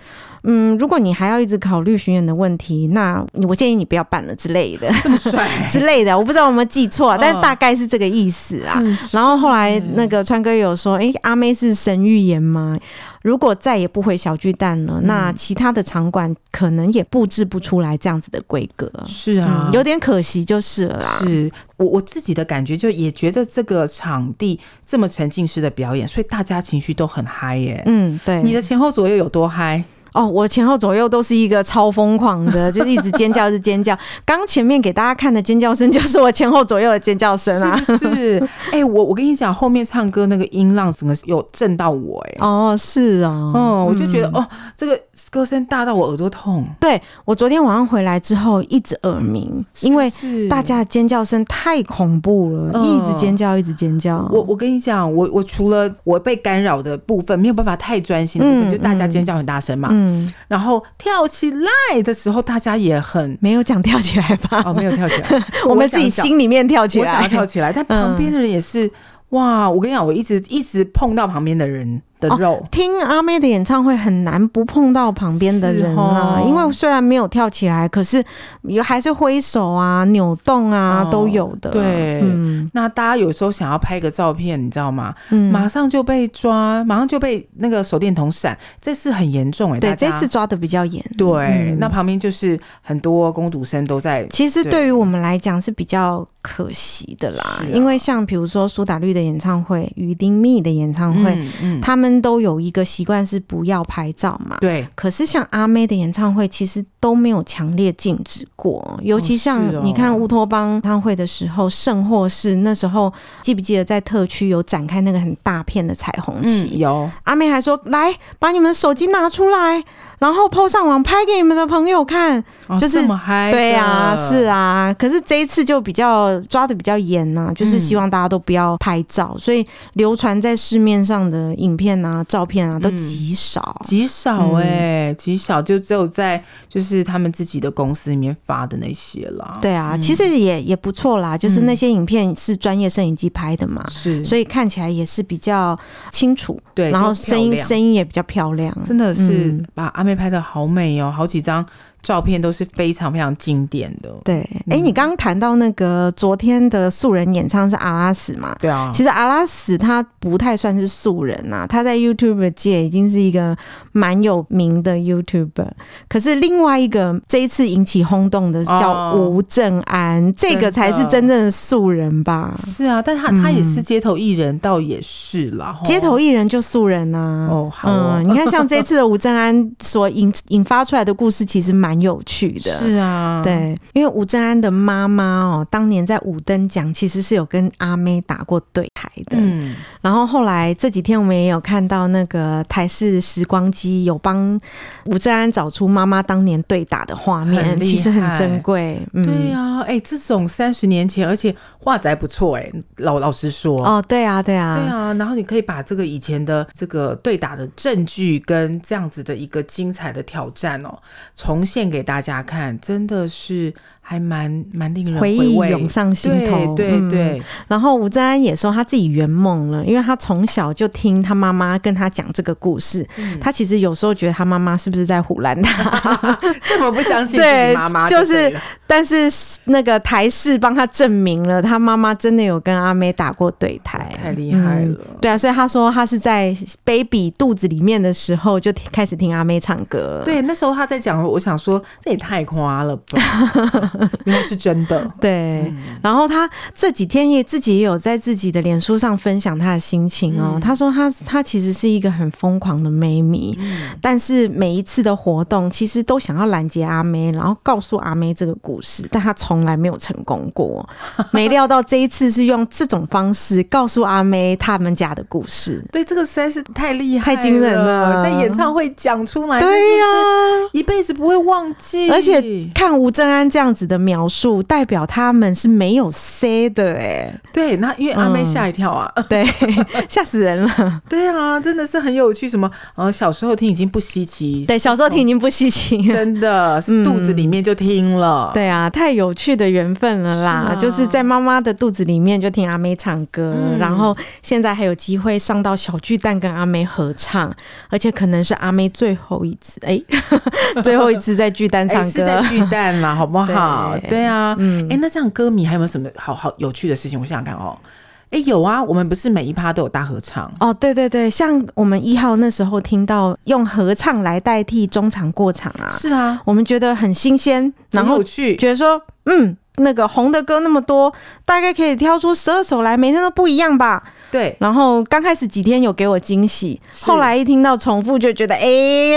A: 嗯，如果你还要一直考虑巡演的问题，那我建议你不要办了之类的
B: 这么帅，
A: 之类的。我不知道有没有记错，啊但
B: 嗯
A: 是大概是这个意思啊。
B: 嗯
A: 然后后来那个川哥有说：‘诶，阿妹是神预言吗？如果再也不回小巨蛋
B: 嗯
A: 了，那其他的场馆可能也布置不出来这样子的规格。’
B: 是啊，
A: 嗯，有点可惜就是了啦。
B: 是我我自己的感觉，就也觉得这个场地这么沉浸式的表演，所以大家情绪都很嗨耶、
A: 嗯，对，
B: 你的前后左右有多嗨？
A: 哦，我前后左右都是一个超疯狂 的，就是一直尖叫，一直尖叫。刚前面给大家看的尖叫声，就是我前后左右的尖叫声啊。
B: 是不是？ 哎、我我跟你讲，后面唱歌那个音浪整个有震到我哎、
A: 哦，是哦，
B: 哦，我就觉得、哦，这个歌声大到我耳朵痛，
A: 对我昨天晚上回来之后一直耳鸣，因为
B: 是不是
A: 大家的尖叫声太恐怖了，
B: 嗯
A: 一直尖叫，一直尖叫。
B: 我我跟你讲，我我除了我被干扰的部分，没有办法太专心的部分，
A: 嗯
B: 就大家尖叫很大声嘛，
A: 嗯，
B: 然后跳起来的时候，大家也很
A: 没有讲跳起来吧？
B: 哦，没有跳起来，
A: 我们自己
B: 想讲
A: 心里面跳起
B: 我想
A: 来嗯
B: 要。跳起来，但旁边的人也是、哇！我跟你讲，我一直一直碰到旁边的人，的肉。
A: 听阿妹的演唱会很难不碰到旁边的人啊，
B: 是哦
A: 因为虽然没有跳起来，可是有还是挥手啊、扭动啊、
B: 哦
A: 都有的。
B: 对
A: 嗯
B: 那大家有时候想要拍个照片，你知道吗？
A: 嗯，
B: 马上就被抓，马上就被那个手电筒闪，这次很严重哎、
A: 对，
B: 大家
A: 这次抓的比较严。
B: 对，
A: 嗯
B: 那旁边就是很多工读生都在，
A: 其实
B: 对
A: 对于我们来讲是比较可惜的啦，
B: 是啊
A: 因为像比如说苏打绿的演唱会、于丁密的演唱会，
B: 嗯嗯
A: 他们都有一个习惯是不要拍照嘛。
B: 对，
A: 可是像阿妹的演唱会，其实都没有强烈禁止过，尤其
B: 是哦
A: 像你看乌托邦演唱会的时候，圣或是那时候记不记得在特区有展开那个很大片的彩虹旗？
B: 嗯，有，
A: 阿妹还说：“来，把你们手机拿出来，然后 PO 上网拍给你们的朋友看。
B: 哦
A: 就是
B: 这么嗨，
A: 对啊，是，啊。可是这一次就比较抓的比较严
B: 嗯
A: 呐、就是希望大家都不要拍照，所以流传在市面上的影片啊、照片啊都
B: 嗯
A: 极少。
B: 极少哎、
A: 嗯
B: 极少，就只有在就是他们自己的公司里面发的那些啦，，
A: 对啊，其实也也不错啦，就是那些影片是专业摄影机拍的嘛，
B: 嗯是，
A: 啊所以看起来也是比较清楚，
B: 对，
A: 然后
B: 就漂
A: 声音
B: 亮
A: 声音也比较漂亮。
B: 真的是
A: 嗯
B: 把阿妹拍的好美哦，好几张照片都是非常非常经典的。
A: 对，
B: 嗯
A: 哎、你刚刚谈到那个昨天的素人演唱是阿拉斯嘛？
B: 对啊，
A: 其实阿拉斯他不太算是素人呐、他在 YouTube 界已经是一个蛮有名的 YouTuber。可是另外一个这一次引起轰动的叫
B: 哦
A: 吴正安，这个才是真
B: 真的
A: 正的素人吧？
B: 是啊，但他他也是街头艺人，倒也是啦。吼
A: 嗯街头艺人就素人呐、
B: 哦好哦
A: 嗯，你看像这次的吴正安所引 引发出来的故事，其实蛮有趣的。
B: 是啊，，
A: 对，因为吴正安的妈妈哦，当年在五灯奖其实是有跟阿妹打过对台的。
B: 嗯，
A: 然后后来这几天我们也有看到那个台式时光机有帮吴正安找出妈妈当年对打的画面
B: 很，厉
A: 其实很
B: 害
A: 珍贵。嗯，
B: 对啊，哎，这种三十年前，而且画质还不错，哎，老老实说。
A: 哦，对啊，对啊，
B: 对啊，然后你可以把这个以前的这个对打的证据跟这样子的一个精彩的挑战哦，重现给大家看，真的是还蛮蛮令人
A: 回忆
B: 忆
A: 涌上心头。
B: 啊对对
A: 嗯
B: 对，
A: 然后吴正安也说他自己圆梦了，因为他从小就听他妈妈跟他讲这个故事，
B: 嗯
A: 他其实有时候觉得他妈妈是不是在胡乱他，
B: 这么不相信自
A: 对
B: 己妈妈
A: 就
B: 对了，
A: 是但是那个台视帮他证明了他妈妈真的有跟阿妹打过对台，
B: 太厉害
A: 嗯
B: 了。
A: 对啊，所以他说他是在 baby 肚子里面的时候就听开始听阿妹唱歌。
B: 对，那时候他在讲，我想说这也太夸了 吧，原来是真的。
A: 对，然后他这几天也自己也有在自己的脸书上分享他的心情哦。他说他他其实是一个很疯狂的妹迷，但是每一次的活动其实都想要拦截阿妹，然后告诉阿妹这个故事，但他从来没有成功过。没料到这一次是用这种方式告诉阿妹他们家的故事。
B: 对，这个实在是太厉害，
A: 太惊人了
B: 了，在演唱会讲出来，
A: 对呀、
B: 一辈子不会忘记。
A: 而且
B: 哎
A: 看吴正安这样子的描述，代表他们是没有 C 的哎、
B: 对，那因为阿妹
A: 嗯
B: 吓一跳啊，
A: 对， 吓死人了。
B: 对啊，真的是很有趣。什么呃，小时候听已经不稀奇，
A: 对，小时候听已经不稀奇了。
B: 真的是肚子里面就听了。
A: 对啊，太有趣的缘分了啦！
B: 是啊
A: 就是在妈妈的肚子里面就听阿妹唱歌，然后现在还有机会上到小巨蛋跟阿妹合唱，而且可能是阿妹最后一次，哎、 最后一次在巨蛋
B: 哎
A: 唱
B: 是
A: 歌。
B: 在巨蛋 啦，好不好？
A: 对
B: 对啊，嗯，哎、那这样歌迷还有没有什么好好有趣的事情？我想想看哦，哎、有啊，我们不是每一趴都有大合唱，
A: 哦，对对对，像我们一号那时候听到用合唱来代替中场过场啊，
B: 是啊，
A: 我们觉得很新鲜，然
B: 很
A: 后
B: 有趣，
A: 觉得说，嗯，那个红的歌那么多，大概可以挑出十二首来，每天都不一样吧。
B: 对，
A: 然后刚开始几天有给我惊喜，
B: 是
A: 后来一听到重复就觉得，哎、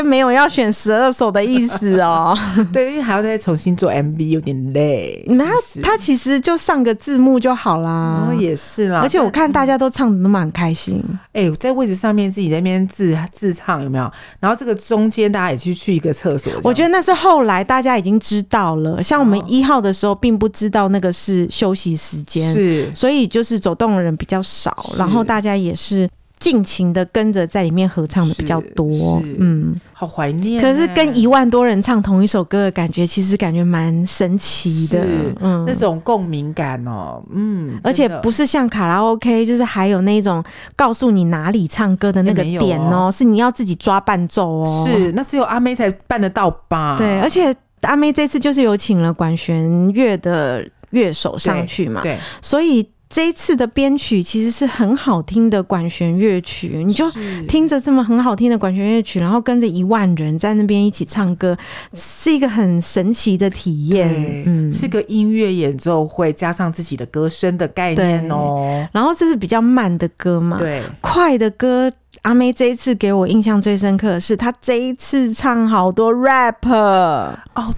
A: 没有要选十二首的意思 哦。
B: 对，因为还要再重新做 MV，有点累。
A: 那
B: 是不是
A: 他其实就上个字幕就好啦。
B: 哦也是啦，
A: 而且我看大家都唱的都蛮开心，
B: 哎、我在位置上面自己在那边自自唱有没有？然后这个中间大家也去去一个厕所，
A: 我觉
B: 得
A: 得那是后来大家已经知道
B: 哦
A: 了。像我们一号的时候，并不知道那个是休息时间，
B: 是
A: 所以就是走动的人比较少，
B: 是
A: 然后大家也是尽情的跟着在里面合唱的比较多
B: 是是，
A: 嗯。
B: 好怀念欸、
A: 可是跟一万多人唱同一首歌的感觉，其实感觉蛮神奇的
B: 是，
A: 嗯
B: 那。种共鸣感哦，嗯，
A: 而且
B: 真的
A: 不是像卡拉 OK，就是还有那种告诉你哪里唱歌的那个
B: 哎没有
A: 点哦，是你要自己抓伴奏哦。，
B: 是，那只有阿妹才办得到吧？
A: 对，而且阿妹这次就是有请了管弦乐的乐手上去嘛，
B: 对，
A: 所以这一次的编曲其实是很好听的管弦乐曲，你就。
B: 是
A: 听着这么很好听的管弦乐曲，然后跟着一万人在那边一起唱歌，是一个很神奇的体验
B: 对。
A: 嗯，
B: 是个音乐演奏会加上自己的歌声的概念哦。
A: 然后这是比较慢的歌嘛，
B: 对，
A: 快的歌。阿妹这一次给我印象最深刻的是，她这一次唱好多 rap，
B: 哦，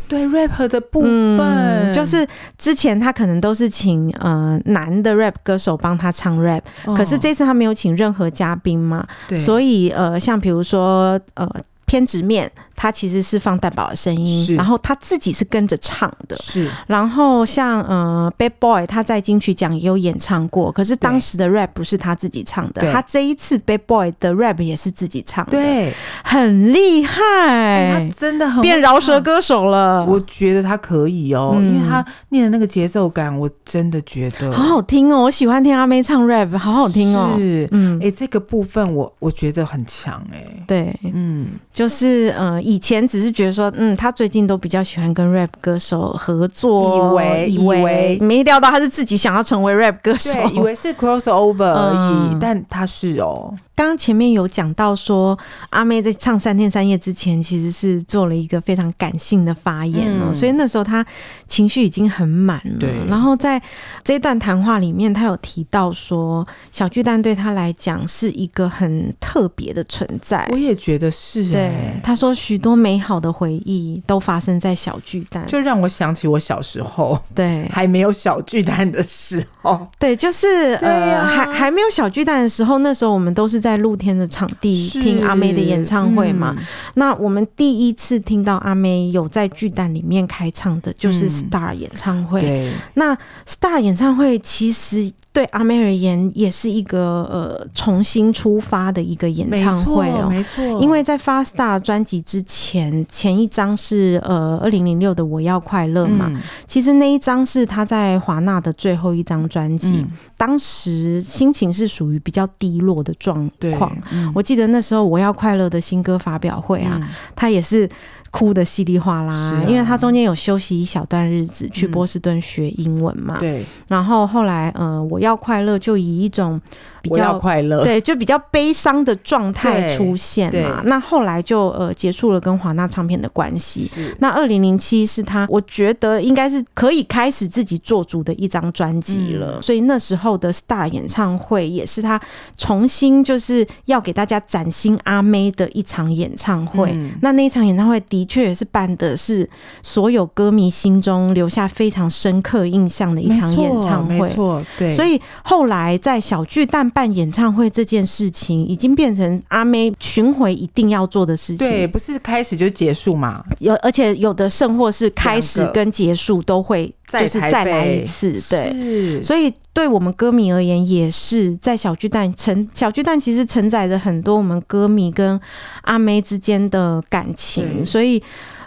B: 对，rap 的部分、
A: 嗯，就是之前她可能都是请呃男的 rap 歌手帮她唱 rap，、
B: 哦，
A: 可是这次她没有请任何嘉宾嘛，
B: 对
A: 所以呃，像比如说呃偏执面，她其实是放蛋堡的声
B: 是
A: 音，然后她自己是跟着唱的，
B: 是
A: 然后像呃，Bad Boy 他在金曲奖也有演唱过，可是当时的 rap 不是他自己唱
B: 对
A: 的，他这一次 Bad Boy 的 rap 也是自己唱的，，
B: 对，
A: 很厉害，
B: 哎，他真的很
A: 变
B: 会
A: 饶舌
B: 唱。
A: 歌手了，
B: 我觉得他可以哦，
A: 嗯
B: 因为他念的那个节奏感，我真的觉得
A: 好好听哦，我喜欢听阿妹唱 rap，好好听哦，
B: 是，
A: 嗯
B: 哎、，这个部分我我觉得很强哎、
A: 对，
B: 嗯，
A: 就是呃，以前只是觉得说，嗯，他最近都比较喜欢跟 rap 歌手合作，
B: 以为
A: 以
B: 以为
A: 没料到他是自己想要成 为 rap 歌手，
B: 对，以为是 crossover 而已，
A: 嗯
B: 但他是哦，
A: 刚刚前面有讲到说，阿妹在唱《三天三夜》之前，其实是做了一个非常感性的发言哦，
B: 嗯
A: 所以那时候她情绪已经很满
B: 对
A: 了。然后在这段谈话里面，她有提到说，小巨蛋对她来讲是一个很特别的存在
B: 我。也觉得是、
A: 对
B: 哎，
A: 她说许多美好的回忆都发生在小巨蛋。
B: 就让我想起我小时候
A: 对
B: 还没有小巨蛋的时候，
A: 对，就是、
B: 对呀
A: 呃，还还没有小巨蛋的时候，那时候我们都是在露天的场地
B: 是
A: 听阿妹的演唱会嘛。
B: 嗯
A: 那我们第一次听到阿妹有在巨蛋里面开唱的，就是
B: 嗯
A: Star 演唱会。
B: 对，
A: 那 Star 演唱会其实对阿妹而言也是一个呃重新出发的一个演
B: 没
A: 唱
B: 错
A: 会，哦。
B: 没错，
A: 因为在发 Star 专辑之前，前一张是呃二零零六的《我要快乐》嘛，
B: 嗯
A: 其实那一张是她在华纳的最后一张专辑，
B: 嗯
A: 当时心情是属于比较低落的状
B: 对
A: 况。，
B: 嗯
A: 我记得那时候《我要快乐》的新歌发表会啊，
B: 嗯
A: 他也是哭的稀里哗啦，
B: 是啊嗯
A: 因为他中间有休息一小段日子去波士顿学英文嘛。
B: 对，
A: 然后后来，呃，我要快乐就以一种比
B: 我要
A: 较。
B: 快乐，
A: 对，就比较悲伤的状态出现嘛。
B: 对
A: 那后来就呃结束了跟华纳唱片的关系。
B: 是，
A: 那二零零七是他，我觉得应该是可以开始自己做主的一张专辑
B: 嗯
A: 了。所以那时候的 Star 演唱会也是他重新就是要给大家崭新阿妹的一场演唱会。
B: 嗯
A: 那那一场演唱会的确也是办的是所有歌迷心中留下非常深刻印象的一场
B: 没错
A: 演唱
B: 没
A: 会。
B: 错，对，
A: 所
B: 以
A: 以后来在小巨蛋办演唱会这件事情，已经变成阿妹巡回一定要做的事
B: 对，
A: 情。
B: 不是开始就结束嘛，
A: 有而且有的甚或是开始
B: 两个
A: 跟结束都会
B: 在
A: 就是
B: 台
A: 再来
B: 北
A: 一次，对。
B: 是，
A: 所以对我们歌迷而言，也是在小巨蛋承小巨蛋其实承载着很多我们歌迷跟阿妹之间的感
B: 对
A: 情，所以。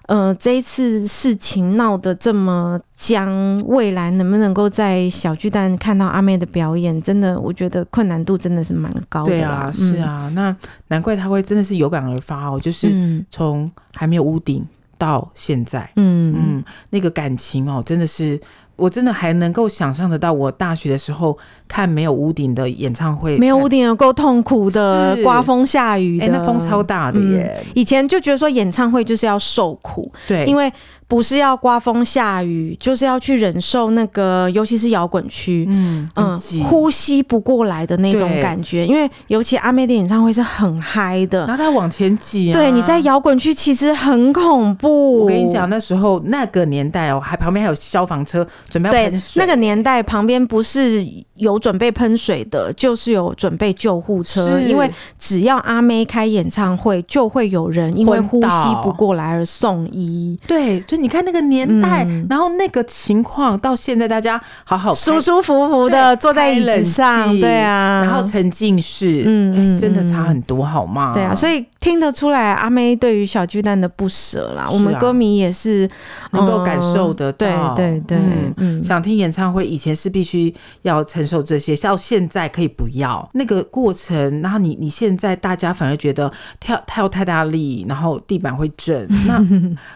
A: 呃，这一次事情闹得这么僵，未来能不能够在小巨蛋看到阿妹的表演，真的，我觉得困难度真的是蛮高的
B: 对
A: 啦
B: 啊，是，啊，那难怪他会真的是有感而发哦，就是
A: 嗯
B: 从还没有屋顶到现在，
A: 嗯嗯
B: 嗯，那个感情哦，真的是。我真的还能够想象得到，我大学的时候看没有屋顶的演唱会，
A: 没有屋顶有够痛苦的，
B: 是
A: 刮风下雨的，嗯
B: 哎、那风超大的耶，
A: 以前就觉得说演唱会就是要受苦，
B: 对，
A: 因
B: 为
A: 为不是要刮风下雨，就是要去忍受那个，尤其是摇滚区，
B: 嗯
A: 嗯
B: 很挤，，
A: 呼吸不过来的那种
B: 对哎
A: 感觉。因为尤其阿妹的演唱会是很嗨的，
B: 然后他往前挤、啊，
A: 对，你在。摇滚区其实很恐怖。
B: 我跟你讲，，那时候那个年代哦，还旁边还有消防车准备要
A: 对
B: 喷，水，
A: 那个年代旁边不是有准备喷水的，就是有准备救护车，
B: 是
A: 因为只要阿妹开演唱会，就会有人因为
B: 昏
A: 呼
B: 倒
A: 吸不过来而送医。
B: 对，所就你看那个年代，
A: 嗯
B: 然后那个情况，到现在大家好哦好开
A: 舒舒服服的
B: 对
A: 坐在椅
B: 开冷
A: 子上，
B: 气
A: 对啊，
B: 然后沉浸式，
A: 嗯
B: 嗯，真的差很多，好吗？
A: 对啊，所
B: 以
A: 以听得出来阿妹对于小巨蛋的不舍啦，
B: 是啊
A: 我们歌迷也是
B: 能够感受得
A: 嗯
B: 到
A: 对对对，
B: 嗯
A: 嗯，
B: 想听演唱会，以前是必须要承受这些，到现在可以不要那个过程。然后你你现在大家反而觉得跳跳太大力，然后地板会 震，那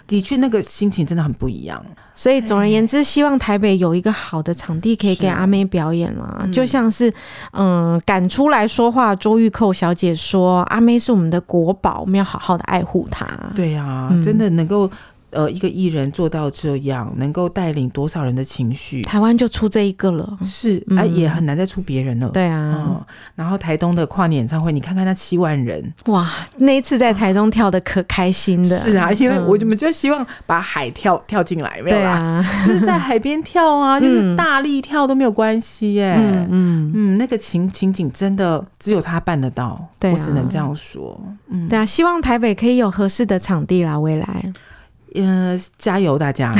B: 的确那个心情真的很不一样。
A: 所以总而言之，希望台北有一个好的场地可以
B: 是
A: 给阿妹表演啦。就像是嗯，赶出来说话，周玉蔻小姐说，阿妹是我们的国宝，我们要好好的爱护她。
B: 对呀、
A: 嗯
B: 真的能够呃一个艺人做到这样，能够带领多少人的情绪，
A: 台湾就出这一个了，
B: 是哎、也很难再出别人了。
A: 嗯对啊，
B: 嗯，然后台东的跨年演唱会，你看看那七万人，
A: 哇，那一次在台东跳的可开心的，
B: 啊是啊，因为我
A: 嗯
B: 们就希望把海跳跳进来，没有
A: 对
B: 啦，
A: 啊，
B: 就是在海边跳啊，就是大力跳都没有关系耶、
A: 嗯
B: 嗯
A: 嗯。
B: 那个情情景真的只有他办得到，
A: 对啊
B: 我只能这样说。嗯
A: 对啊，希望台北可以有合适的场地啦，未来。
B: 嗯、呃加油大家！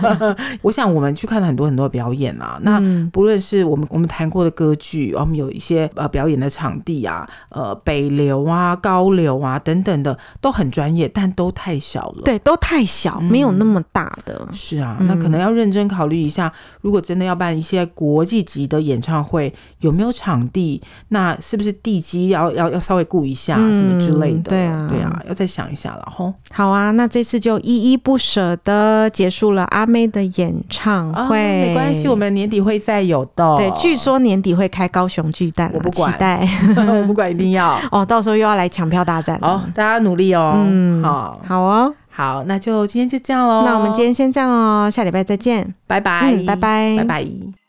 B: 我想我们去看了很多很多表演啊，那
A: 嗯
B: 不论是我们我们谈过的歌剧，我们有一些呃表演的场地啊，呃北流啊、高流啊等等的，都很专业，但都太小了。，
A: 对，嗯都太小，没有那么大的。
B: 是啊，那可能要认真考虑一下，如果真的要办一些国际级的演唱会，有没有场地？那是不是地基要要要稍微顾一下
A: 嗯
B: 什么之类的？
A: 对啊
B: 对啊，要再想一下了吼。
A: 好啊，那这次就依依不舍的结束了阿妹的演唱
B: 啊，
A: 会。
B: 没关系，我们年底会再有的。
A: 对， 据说年底会开高雄巨蛋啦，
B: 我不管
A: 期待
B: 我不管，一定要。
A: 哦，到时候又要来抢票大战了。
B: 好，大家努力哦。
A: 嗯
B: 好，
A: 好哦，
B: 好，那就今天就这样喽。
A: 那我们今天先这样哦，下礼拜再见。
B: 拜拜，
A: 嗯拜拜
B: 拜拜。